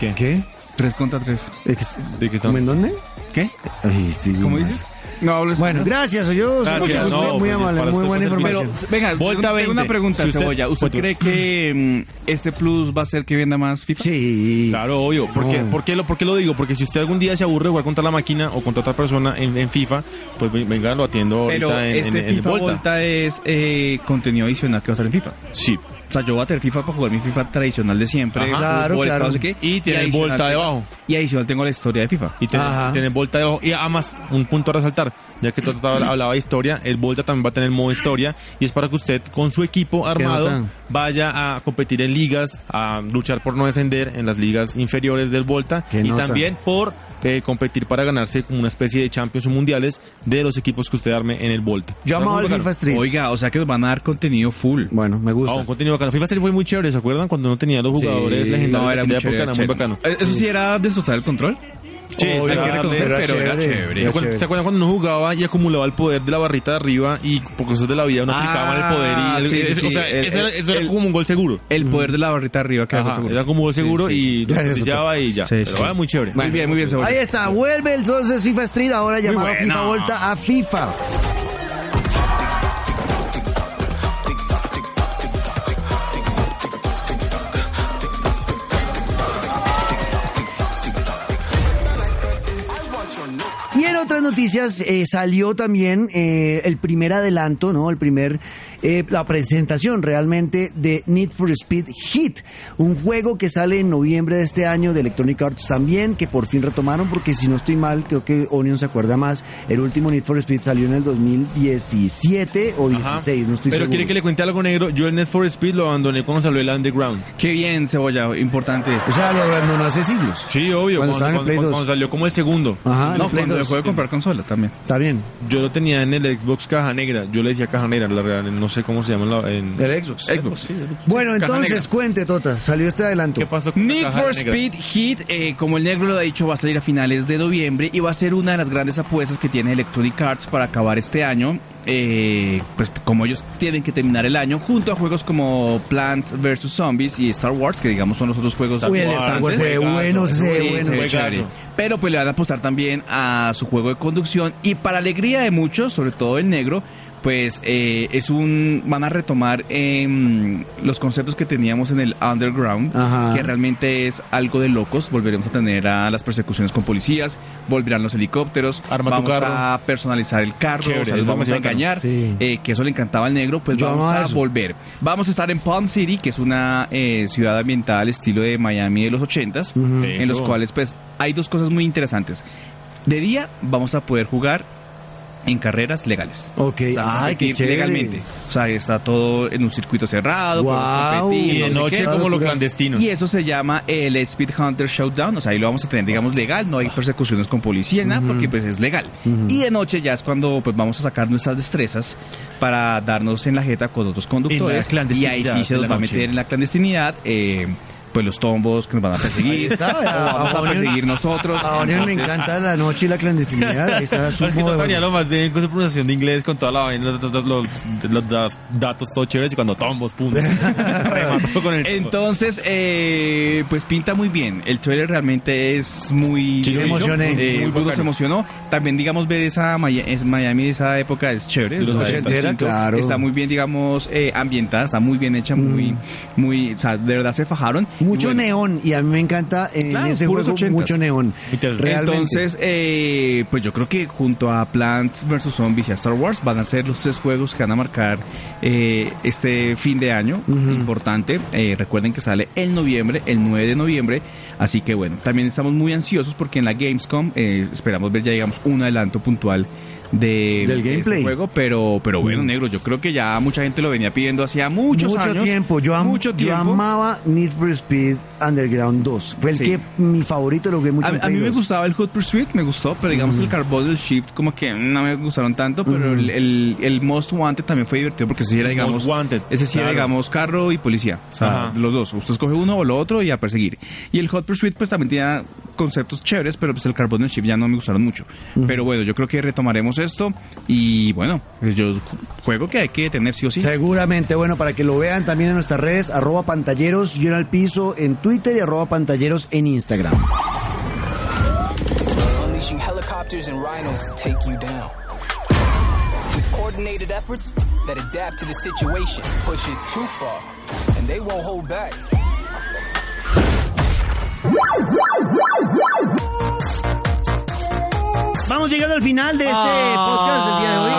E: ¿Qué?
B: ¿Qué?
D: 3 contra 3.
B: Ex-
E: ¿De qué
B: ¿Cómo en
E: estamos?
B: dónde?
D: ¿Qué?
B: Ay, estoy bien
D: ¿Cómo
B: mal.
D: dices? No hables
B: Bueno, gracias, yo
E: Gracias,
B: mucho gusto,
E: no,
B: muy
E: pues,
B: amable,
E: para
B: muy
E: usted
B: buena
E: fue servicio.
B: información.
D: Pero, venga,
E: Volta
D: tengo
E: 20.
D: una pregunta,
E: Si usted-
D: Cebolla. ¿Usted
E: Pues tú.
D: cree que mm, este plus va a ser que venda más FIFA?
B: Sí.
E: Claro, obvio. ¿Por, qué,
B: No.
E: por qué lo, por qué lo digo? Porque si usted algún día se aburre de jugar contra la máquina o contra otra persona en, en FIFA, pues ve- venga, lo atiendo ahorita
D: Pero
E: en,
D: este
E: en- en
D: FIFA Volta,
E: Volta.
D: es eh, contenido adicional que va a estar en FIFA.
E: Sí.
D: O sea, yo voy a tener FIFA para jugar mi FIFA tradicional de siempre.
E: Ajá.
B: Claro,
D: fútbol,
B: claro.
D: no sé qué,
E: Y tiene
D: adicional
E: Volta
D: tengo-
E: debajo.
D: Y adicional tengo la historia de FIFA.
E: Y tiene,
B: Ajá.
E: y tiene Volta debajo. Y además, un punto a resaltar, ya que tú hablaba de historia, el Volta también va a tener modo historia y es para que usted con su equipo
B: nota?
E: armado vaya a competir en ligas, a luchar por no descender en las ligas inferiores del Volta
B: Qué
E: y
B: nota.
E: también por eh, competir para ganarse como una especie de Champions o Mundiales de los equipos que usted arme en el Volta.
B: Yo amaba el FIFA Street.
D: Oiga, o sea que nos van a dar contenido full.
B: Bueno, me
E: Ah,
B: gusta.
E: un contenido bacano. FIFA Street fue muy chévere, ¿se acuerdan? Cuando no tenía los jugadores
D: Sí,
E: legendarios
D: no,
E: de
D: era muy
E: aquella
D: chévere,
E: época, era
D: chévere.
E: muy bacano.
D: Eh, Eso sí era destrozar el control.
E: Sí,
D: hay
E: era
D: que
E: darle-
D: reconocer,
B: era
D: pero era
B: chévere.
D: chévere.
E: ¿Se acuerdan-
B: chévere.
E: ¿Se acuerdan cuando uno jugaba y acumulaba el poder de la barrita de arriba y por cosas de la vida uno
D: Ah,
E: aplicaba el poder? Y
D: sí, sí,
E: es- o
D: sí.
E: sea,
D: El-
E: eso era, eso era
D: el-
E: como un gol seguro.
D: El poder de la barrita arriba que
E: Ajá, era como un gol seguro y pues, lo
B: Gracias,
E: cosillaba y ya.
D: Sí,
E: Pero
D: sí.
E: era muy chévere.
D: Muy bien, muy bien, Cebolla.
B: Ahí está, vuelve entonces FIFA Street, ahora llamado
D: buena.
B: FIFA Volta a FIFA. Y en otras noticias eh, salió también eh, el primer adelanto, ¿no? El primer, eh, la presentación realmente de Need for Speed Heat, un juego que sale en noviembre de este año de Electronic Arts también, que por fin retomaron, porque si no estoy mal, creo que Onion se acuerda más, el último Need for Speed salió en el 2017 o 16,
E: Ajá.
B: no estoy
E: Pero
B: seguro.
E: quiere que le cuente algo negro. Yo el Net for Speed lo abandoné cuando salió el Underground.
D: Qué bien, Cebolla, importante.
B: O sea, lo abandonó hace siglos.
E: Sí, obvio.
B: Cuando
E: Cuando,
B: estaba en el
E: cuando-
B: Play
E: cuando-
B: 2.
E: cuando salió como el segundo.
B: Ajá, en
D: no,
B: el Play
D: cuando
B: 2.
D: dejó de comprar consola también.
B: Está bien,
E: Yo lo tenía en el Xbox Caja Negra. Yo le decía Caja Negra, la real. No sé cómo se llama. en la- en-
B: el Xbox.
D: Xbox.
B: Bueno,
E: Caja
B: entonces
E: negra.
B: cuente, Tota, salió este adelanto.
E: ¿Qué pasó con la
D: Need
E: Caja
D: for
E: Negra?
D: Speed Heat, eh, como el negro lo ha dicho, va a salir a finales de noviembre y va a ser una de las grandes apuestas que tiene Electronic Arts para acabar este año. Eh, pues como ellos tienen que terminar el año, junto a juegos como Plant vs. Zombies y Star Wars, que digamos son los otros juegos.
B: Uy, el Star Wars se ve
E: Juegazo,
B: bueno, se ve
D: Sí,
B: bueno.
D: se ve
E: Juegazo.
D: chévere. Pero pues le van a apostar también a su juego de conducción y para alegría de muchos, sobre todo el negro, pues eh, es un van a retomar em, los conceptos que teníamos en el underground
B: Ajá.
D: que realmente es algo de locos volveremos a tener a las persecuciones con policías volverán los helicópteros
E: Arma tu
D: vamos
E: carro.
D: a personalizar el carro
E: Chévere,
D: o sea, los
E: eso me
D: vamos a
E: encanta.
D: engañar
B: Sí.
D: eh, que eso le encantaba al negro pues
B: Yo
D: vamos
B: amaba
D: a
B: eso.
D: volver vamos a estar en Palm City que es una eh, ciudad ambiental estilo de Miami de los 80s
B: Ujú.
E: Sí.
D: en los
E: Eso.
D: cuales pues hay dos cosas muy interesantes de día vamos a poder jugar en carreras legales
B: Ok,
D: o sea,
B: ay, qué
D: competir
B: chévere.
D: legalmente. O sea, está todo en un circuito cerrado, podemos
B: Guau.
D: competir,
E: Y
D: no
E: de
D: sé
E: noche
D: qué.
E: como lo
B: Claro.
E: clandestino.
D: Y eso se llama el Speed Hunter Showdown, o sea, ahí lo vamos a tener, digamos, legal, no hay persecuciones con policía, nada, porque pues es legal. Y de noche ya es cuando pues vamos a sacar nuestras destrezas para darnos en la jeta con otros
E: En la
D: conductores. Y
E: clandestinidad
D: ahí sí se
E: de la
D: nos va a
E: noche.
D: meter en la clandestinidad, eh, pues los tombos que nos van a perseguir,
B: está,
D: o
B: a-
D: vamos
B: a
D: a
B: Onion-
D: perseguir nosotros.
B: A Orión me
D: Entonces,
B: encanta la noche y la clandestinidad. Ahí está su
E: Es que no
B: modo,
E: tenía lo más de con su pronunciación de inglés con toda la vaina, los, los- los- los das- datos todo chéveres y cuando tombos, pum. remató con el
D: Entonces, eh, pues pinta muy bien. El trailer realmente es muy.
E: Sí,
B: me emocioné.
D: Eh,
E: Muy
D: uno
E: bacano.
D: se emocionó. También, digamos, ver esa Maya- es Miami de esa época es chévere.
E: De los
D: O sea,
E: 80,
D: está-
B: claro. Mm.
D: Está muy bien, digamos, eh, ambientada, está muy bien hecha, muy, muy. O sea, de verdad se fajaron.
B: Mucho
D: Y bueno,
B: neón. Y a mí me encanta en
D: Claro,
B: ese
D: puros
B: juego
D: 80s.
B: mucho neón.
E: Literal.
B: Realmente.
D: Entonces, eh, pues yo creo que junto a Plants vs. Zombies y a Star Wars van a ser los tres juegos que van a marcar eh, este fin de año importante. Eh, recuerden que sale el noviembre, el 9 de noviembre. Así que bueno, también estamos muy ansiosos porque en la Gamescom eh, esperamos ver ya, digamos, un adelanto puntual. De
B: Del
D: este
B: gameplay.
D: juego, pero, pero bueno, negro, yo creo que ya mucha gente lo venía pidiendo hacía muchos
B: mucho
D: años.
B: tiempo. Yo, am-
D: mucho
B: yo
D: tiempo.
B: amaba Need for Speed Underground 2. Fue el
D: Sí.
B: que mi favorito lo que mucho
D: A,
B: en
D: a
B: Play Mm.
D: mí me
B: 2.
D: gustaba el Hot Pursuit, me gustó, pero digamos el Carbon Shift como que no me gustaron tanto, pero
B: Mm.
D: el, el, el Most Wanted también fue divertido porque si era, digamos,
E: Most Wanted,
D: ese sí era,
E: claro.
D: digamos, carro y policía, o sea,
E: Ajá.
D: los dos, usted escoge uno o lo otro y a perseguir. Y el Hot Pursuit pues también tenía conceptos chéveres, pero pues el Carbon Shift ya no me gustaron mucho.
B: Mm.
D: Pero bueno, yo creo que retomaremos esto y bueno, pues, yo ju- juego que hay que tener sí o sí.
B: Seguramente, bueno, para que lo vean también en nuestras redes, arroba pantalleros, yo en el piso en Twitter y arroba pantalleros en Instagram.
F: unleashing helicopters and rhinos to take you down. With coordinated efforts that adapt to the situation, push it too far, and they won't hold back.
B: Vamos llegando al final de este
D: Ah.
B: podcast el día de hoy.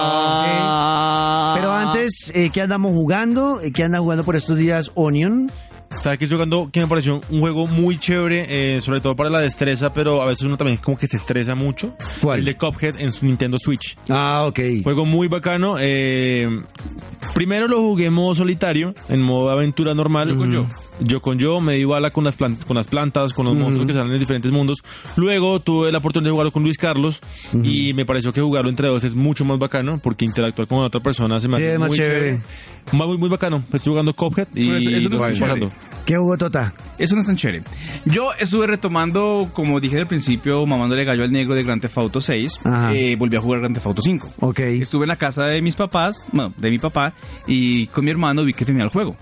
D: Ah.
B: Sí. Pero antes, eh, ¿qué andamos jugando? Eh, ¿Qué anda jugando por estos días Onion?
E: ¿Sabes qué estoy jugando? Que me pareció un juego muy chévere, eh, sobre todo para la destreza, pero a veces uno también como que se estresa mucho.
B: ¿Cuál?
E: El de Cuphead en su Nintendo Switch.
B: Ah, ok.
E: Juego muy bacano. eh, primero lo jugué en modo solitario, en modo aventura normal. Yo con yo. Yo con yo, me di bala con las, plan- con las plantas, con los monstruos que salen en diferentes mundos. Luego tuve la oportunidad de jugarlo con Luis Carlos y me pareció que jugarlo entre dos es mucho más bacano porque interactuar con otra persona se me
B: Sí,
E: hace
B: es más
E: muy
B: chévere.
E: chévere. Muy, muy, muy bacano. Estoy jugando Cuphead y
D: Pero eso- eso no es
E: lo estoy
D: chévere.
E: pasando.
B: ¿Qué jugó Tota?
D: Eso no es tan chévere. Yo estuve retomando, como dije al principio, mamándole gallo al negro de Grand Theft Auto 6.
B: Ajá.
D: eh, volví a jugar Grand Theft Auto 5.
B: Ok.
D: Estuve en la casa de mis papás, bueno, de mi papá, y con mi hermano vi que tenía el juego.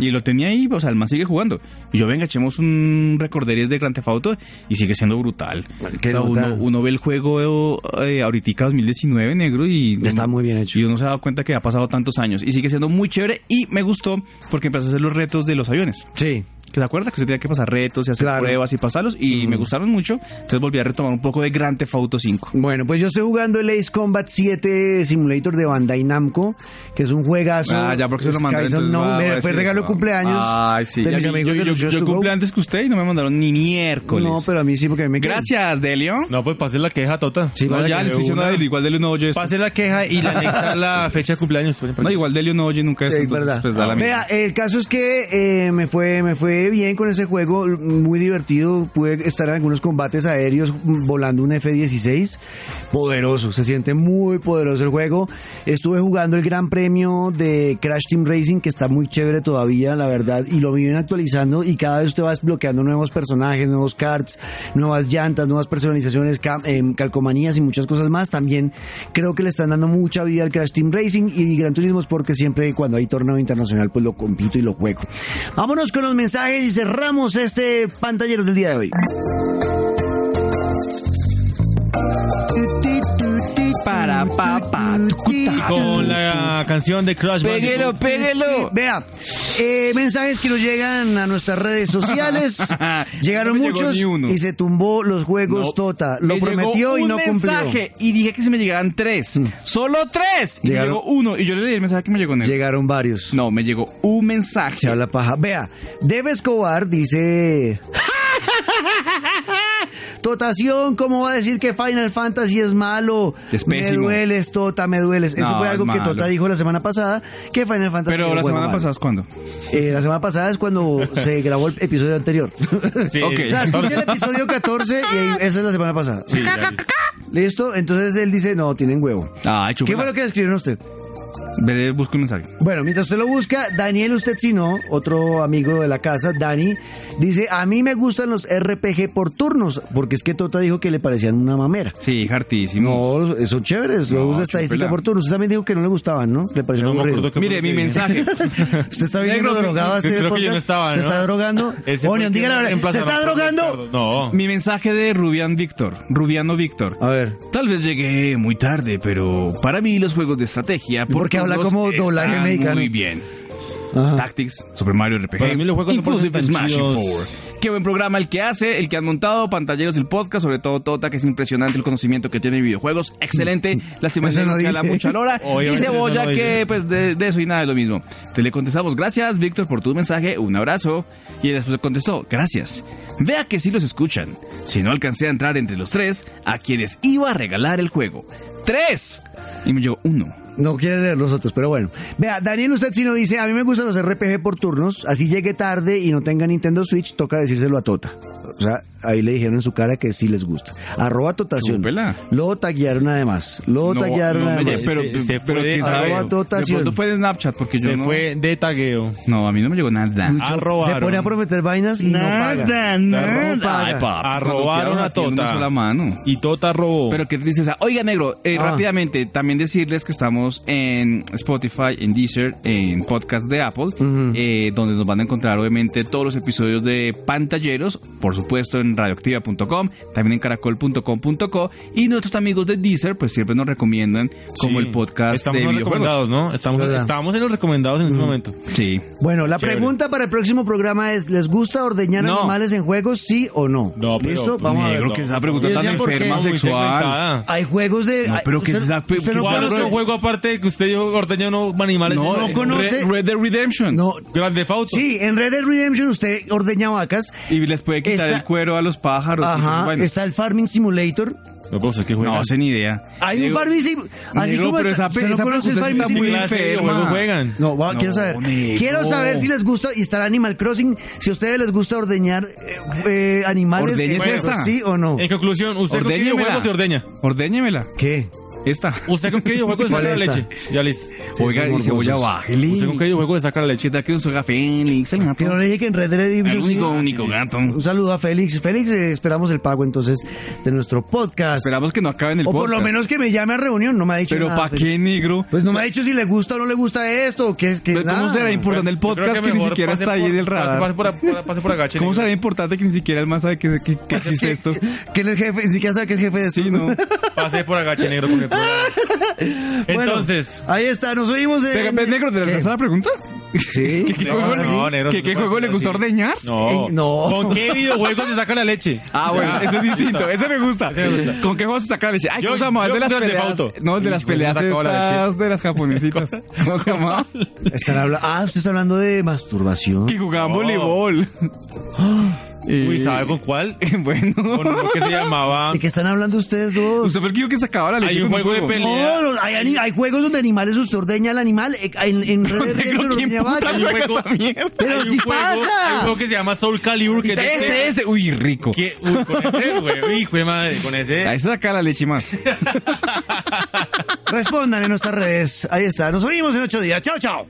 D: Y lo tenía ahí, o sea, el man sigue jugando. Y yo, venga, echemos un recorderies de Grand Theft Auto y sigue siendo brutal.
B: Qué
D: o sea,
B: brutal.
D: Uno, uno ve el juego eh, ahorita 2019, negro, y...
B: Está muy bien hecho.
D: Y uno se ha dado cuenta que ha pasado tantos años. Y sigue siendo muy chévere y me gustó porque empecé a hacer los retos de los aviones.
B: Sí.
D: ¿Que ¿Se acuerda? Que usted tenía que pasar retos y hacer
B: Claro.
D: pruebas y pasarlos. Y me gustaron mucho. Entonces volví a retomar un poco de Grand Theft Auto 5.
B: Bueno, pues yo estoy jugando el Ace Combat 7 Simulator de Bandai Namco, que es un juegazo.
D: Ah, ya, porque se lo
B: Skies
D: mandaron. entonces
B: Unknown.
D: va- va
B: Me-
D: a decir
B: fue regalo de
D: eso.
B: cumpleaños.
D: Ay, sí.
B: de
D: ya
B: mis
D: vi,
B: amigos
D: yo,
B: de los
D: yo, yo
B: Just to
D: cumplí
B: Go.
D: antes que usted y no me mandaron ni miércoles.
B: No, pero a mí sí, porque a mí me queda.
D: Gracias, Delio.
E: No, pues pase la queja, Tota.
B: Sí,
D: No,
B: vale,
D: ya
B: que
D: le estoy diciendo a
E: una.
D: Delio. Igual Delio no oye esto.
E: Pase la queja y la anexa a la fecha de cumpleaños.
D: No, igual Delio no oye nunca esto.
B: Es
D: entonces,
B: verdad.
D: Pues da la
B: Vea,
D: misma.
B: el caso es que eh, me fue me fue bien con ese juego, muy divertido. Pude estar en algunos combates aéreos mm, volando un F-16. Poderoso, se siente muy poderoso el juego. Estuve jugando el Gran Premio de Crash Team Racing, que está muy chévere todavía, la verdad. Y lo viven actualizando y cada vez usted va desbloqueando nuevos personajes, nuevos carts, nuevas llantas, nuevas personalizaciones, cam- em, calcomanías y muchas cosas más. También creo que le están dando mucha vida al Crash Team Racing y Gran Turismo es porque siempre cuando hay torneo internacional pues lo compito y lo juego. Vámonos con los mensajes y cerramos este pantallero del día de hoy.
D: Para ta, pa, pa, tucu, ta.
E: Con la canción de Crash
D: Péguelo,
E: Bandicoot.
D: péguelo.
B: Vea, eh, mensajes que nos llegan a nuestras redes sociales. Llegaron
D: No me llegó
B: muchos
D: ni uno.
B: y se tumbó los juegos
D: No.
B: Tota. Lo
D: Me llegó
B: prometió y
D: un
B: no cumplió. Mm.
D: mensaje y dije que se me llegaban tres. Solo tres. Y me
B: Llegaron-
D: llegó uno. Y yo le leí el mensaje que me llegó. Nero.
B: Llegaron varios.
D: No, me llegó un mensaje.
B: Se habla paja. Vea, Debe Escobar dice. Totación, ¿cómo va a decir que Final Fantasy es malo?
D: Es
B: me
D: pésimo.
B: dueles, Tota, me dueles. Eso
D: No,
B: fue
D: es
B: algo que
D: malo.
B: Tota dijo la semana pasada, que Final Fantasy era
D: Pero
B: un
D: la
B: juego
D: semana
B: malo.
D: pasada es cuando.
B: Eh, la semana pasada es cuando se grabó el episodio anterior.
E: Sí.
D: Ok.
B: O sea, escucha el episodio 14 y ahí- esa es la semana pasada.
E: Sí, ya listo.
B: ¿Listo? Entonces él dice, no, tienen huevo.
D: Ah,
B: ¿Qué fue lo que escribieron usted?
D: Veré, busco el mensaje.
B: Bueno, mientras usted lo busca, Daniel, usted si no, otro amigo de la casa, Dani, dice, a mí me gustan los RPG por turnos, porque es que Tota dijo que le parecían una mamera.
D: Sí, hartísimo.
B: No, son chéveres, los
D: No,
B: usa estadística
D: chúpela.
B: por turnos. Usted también dijo que no le gustaban, ¿no? Le parecían
E: No me
B: aburridos.
E: acuerdo qué fue
D: Mire,
E: lo que
D: mi
E: dije.
D: mensaje.
B: ¿Se está viendo
E: Negro,
B: drogado este
E: creo que yo no
B: podcast?
E: estaba,
B: ¿Se
E: ¿no?
B: está drogando?
E: Ese fue
B: Onion,
E: el que
B: dígale ahora, ¿se
E: reemplazaron
B: está
E: por
B: drogando?
E: Ricardo. No.
D: Mi mensaje de Rubian Víctor. Rubiano Víctor.
B: A ver.
D: Tal vez llegué muy tarde, pero para mí los juegos de estrategia. por
B: Porque habla
D: turnos
B: como
D: están
B: doblaje mexicano.
D: Muy bien.
B: Ajá.
D: Tactics, Super Mario RPG,
E: Para mí los juegos no
D: inclusive
E: parecen tan
D: Smash y
E: chidos.
D: Forward. Qué buen programa el que hace, el que han montado, pantalleros del podcast, sobre todo Tota, que es impresionante el conocimiento que tiene de videojuegos, excelente, lástima
B: Eso
D: que
B: no
D: no la
B: dice.
D: mucha lora, y
E: Obviamente eso
D: Cebolla
E: no
D: que
E: dice.
D: pues de, de eso y nada de lo mismo. Te le contestamos, gracias Víctor por tu mensaje, un abrazo, y él después contestó, gracias. Vea que sí los escuchan, si no alcancé a entrar entre los tres, a quienes iba a regalar el juego. ¡Tres! Y me llegó uno.
B: No quiere leer los otros, pero bueno. Vea, Daniel usted si no dice, a mí me gustan los RPG por turnos, así llegue tarde y no tenga Nintendo Switch, toca decírselo a Tota. O sea, ahí le dijeron en su cara que sí les gusta. Arroba Totación.
D: Chúpela.
B: Lo taguearon además. Lo taguearon
D: me
B: además.
D: lle- pero,
E: Se- se
D: pero
E: fue
D: quién
E: de-
D: sabe.
B: arroba dotación.
D: De pronto fue de Snapchat porque yo
E: Se
D: no.
E: fue de tagueo.
D: No, a mí no me llegó nada.
B: Mucho- se
E: arrobaron.
B: pone a prometer vainas y no paga.
D: nada.
B: No paga.
D: Ay, papá,
E: Arrobaron a
D: bloquearon
E: Tota.
D: Ah, una sola mano.
E: Y Tota robó.
D: Pero que dices, ah, oiga negro, eh,
B: Ah.
D: rápidamente, también decirles que estamos en Spotify, en Deezer, en podcast de Apple, eh, donde nos van a encontrar obviamente todos los episodios de Pantalleros, por supuesto en radioactiva.com, también en caracol.com.co y nuestros amigos de Deezer pues siempre nos recomiendan como
E: Sí.
D: el podcast
E: Estamos
D: de
E: en los
D: videojuegos. Mm.
E: recomendados, ¿no? Estamos,
B: Verdad.
E: estamos en los recomendados en este momento.
D: Sí.
B: Bueno, la
E: Chévere.
B: pregunta para el próximo programa es, ¿les gusta ordeñar
D: No.
B: animales en juegos, sí o no?
E: No, pero-
B: ¿Listo? Vamos a
D: pues, Negro,
B: ver.
D: que esa pregunta
B: Yo
D: tan
B: decía, ¿por qué?
D: enferma
E: Muy
D: sexual. Ah,
E: segmentada.
B: Hay juegos de...
D: No, pero que
B: usted-
D: esa-
B: usted
E: ¿Cuál
B: no
D: ¿Cuál
E: otro
B: conoce-
D: otro-
E: juego aparte de que usted dijo ordeña unos animales?
D: No,
E: en-
B: conoce-
D: Red, Red Dead Redemption.
B: No,
E: Grande Fauto.
B: Sí, en Red Dead Redemption usted ordeña vacas.
D: Y les puede quitar
B: Está-
D: el cuero a los pájaros.
B: Ajá,
D: Bueno,
B: está el Farming Simulator.
E: No, pero usted qué juega.
D: no sé ni idea.
B: Hay
D: Digo,
B: un Farming Simulator. Así
D: negro,
B: como
D: pero
B: está,
D: esa,
B: ¿usted no
D: esa
B: conoce el
D: pregunta sí
B: Farming
D: está muy
E: ¿Qué
B: Simulator?
E: clase de
D: enferma.
E: juego juegan?
B: No, va,
D: No,
B: quiero saber.
D: negro.
B: Quiero saber si les gusta y está Animal Crossing. Si a ustedes les gusta ordeñar eh, eh, animales, en
D: Ordeñes
B: juegos,
D: esta. Eh,
B: sí o no.
E: En conclusión, ¿usted con qué
D: Ordéñemela.
E: videojuego se ordeña?
D: Ordéñemela.
B: ¿qué?
D: Esta.
E: ¿Usted con qué videojuego se
B: ¿Cuál
E: saca la
B: es
E: leche?
B: esta?
E: Ya listo.
D: Oiga, y cebolla, bájele.
E: ¿Usted con qué videojuego se saca la leche?
D: ¿Qué tal que nos juega Fénix, el
B: Que
D: gato?
B: no le dije que en Red Dead Redemption.
D: El único,
B: sí.
D: único gato.
B: Un saludo a Félix. Félix, eh, esperamos el pago entonces de nuestro podcast.
D: Esperamos que no acabe en el
B: o por
D: podcast.
B: lo menos que me llame a reunión. No me ha dicho
D: Pero
B: nada,
D: ¿pa'
B: Félix.
D: qué, negro?
B: Pues no me ha dicho si le gusta o no le gusta esto. o qué es que
D: Pero ¿Cómo
B: nada.
D: será importante
E: Pues,
D: el podcast que, ni siquiera está ahí en el radar?
E: Pase por acá,
D: ¿Cómo será importante que ni siquiera el más sabe que, que- que existe esto?
B: Que él es jefe, ni siquiera sabe que es jefe de esto.
D: Sí, ¿no?
E: Pase por acá, negro. con el programa.
B: Bueno,
E: Entonces,
B: ahí está, nos oímos en...
D: Venga, ve, negro, ¿te
B: ¿Qué?
D: alcanza la pregunta?
B: Sí.
D: ¿Qué, qué
E: No,
D: juego, le-
E: no, negro,
D: ¿qué,
E: no
D: qué
E: se puede
D: juego le
E: decir
D: gusta
E: así.
D: ordeñar?
E: no.
B: Eh, no.
E: ¿Con qué videojuego se saca la leche?
D: Ah, bueno,
E: Ya.
D: eso es distinto. Ese me gusta.
E: Ese me gusta.
D: ¿Con qué juegos se saca la leche? Ay,
E: Yo-
D: ¿cómo se llamaba? El
E: yo
D: de las
E: Grand Theft
D: peleas.
E: Auto.
D: No, el de las
E: Y pues,
D: peleas
E: se acabó la
D: estas
E: leche.
D: de las japonesitas. ¿Cómo se llamaba?
B: Están habla- ah, usted está hablando de masturbación.
D: Que jugaban
E: No.
D: voleibol. Y-
E: Uy, ¿sabe con cuál? Con
D: Bueno.
E: uno que se llamaba...
B: ¿De qué están hablando ustedes dos?
D: Usted fue el que dijo que sacaba la leche.
E: Hay un
D: con
E: juego de pelea.
B: No, no, hay, ani- hay juegos donde animales usted ordeña al animal. eh, En, en Red Dead
D: Negro,
B: Redemption ordeña
D: ¿quién puta
B: vacas.
D: juega
E: juego-
D: esa mierda?
E: Hay
B: Pero
E: un
B: si
E: juego- Hay un
B: pasa.
E: juego que se llama Soul Calibur. Que es este.
D: Ese, ese. Uy, rico.
E: Que, uy, con ese, güey. Hijo de madre, con
D: A
E: ese.
D: ese saca la leche más.
B: Respondan en nuestras redes. Ahí está, nos oímos en ocho días. Chao, chao.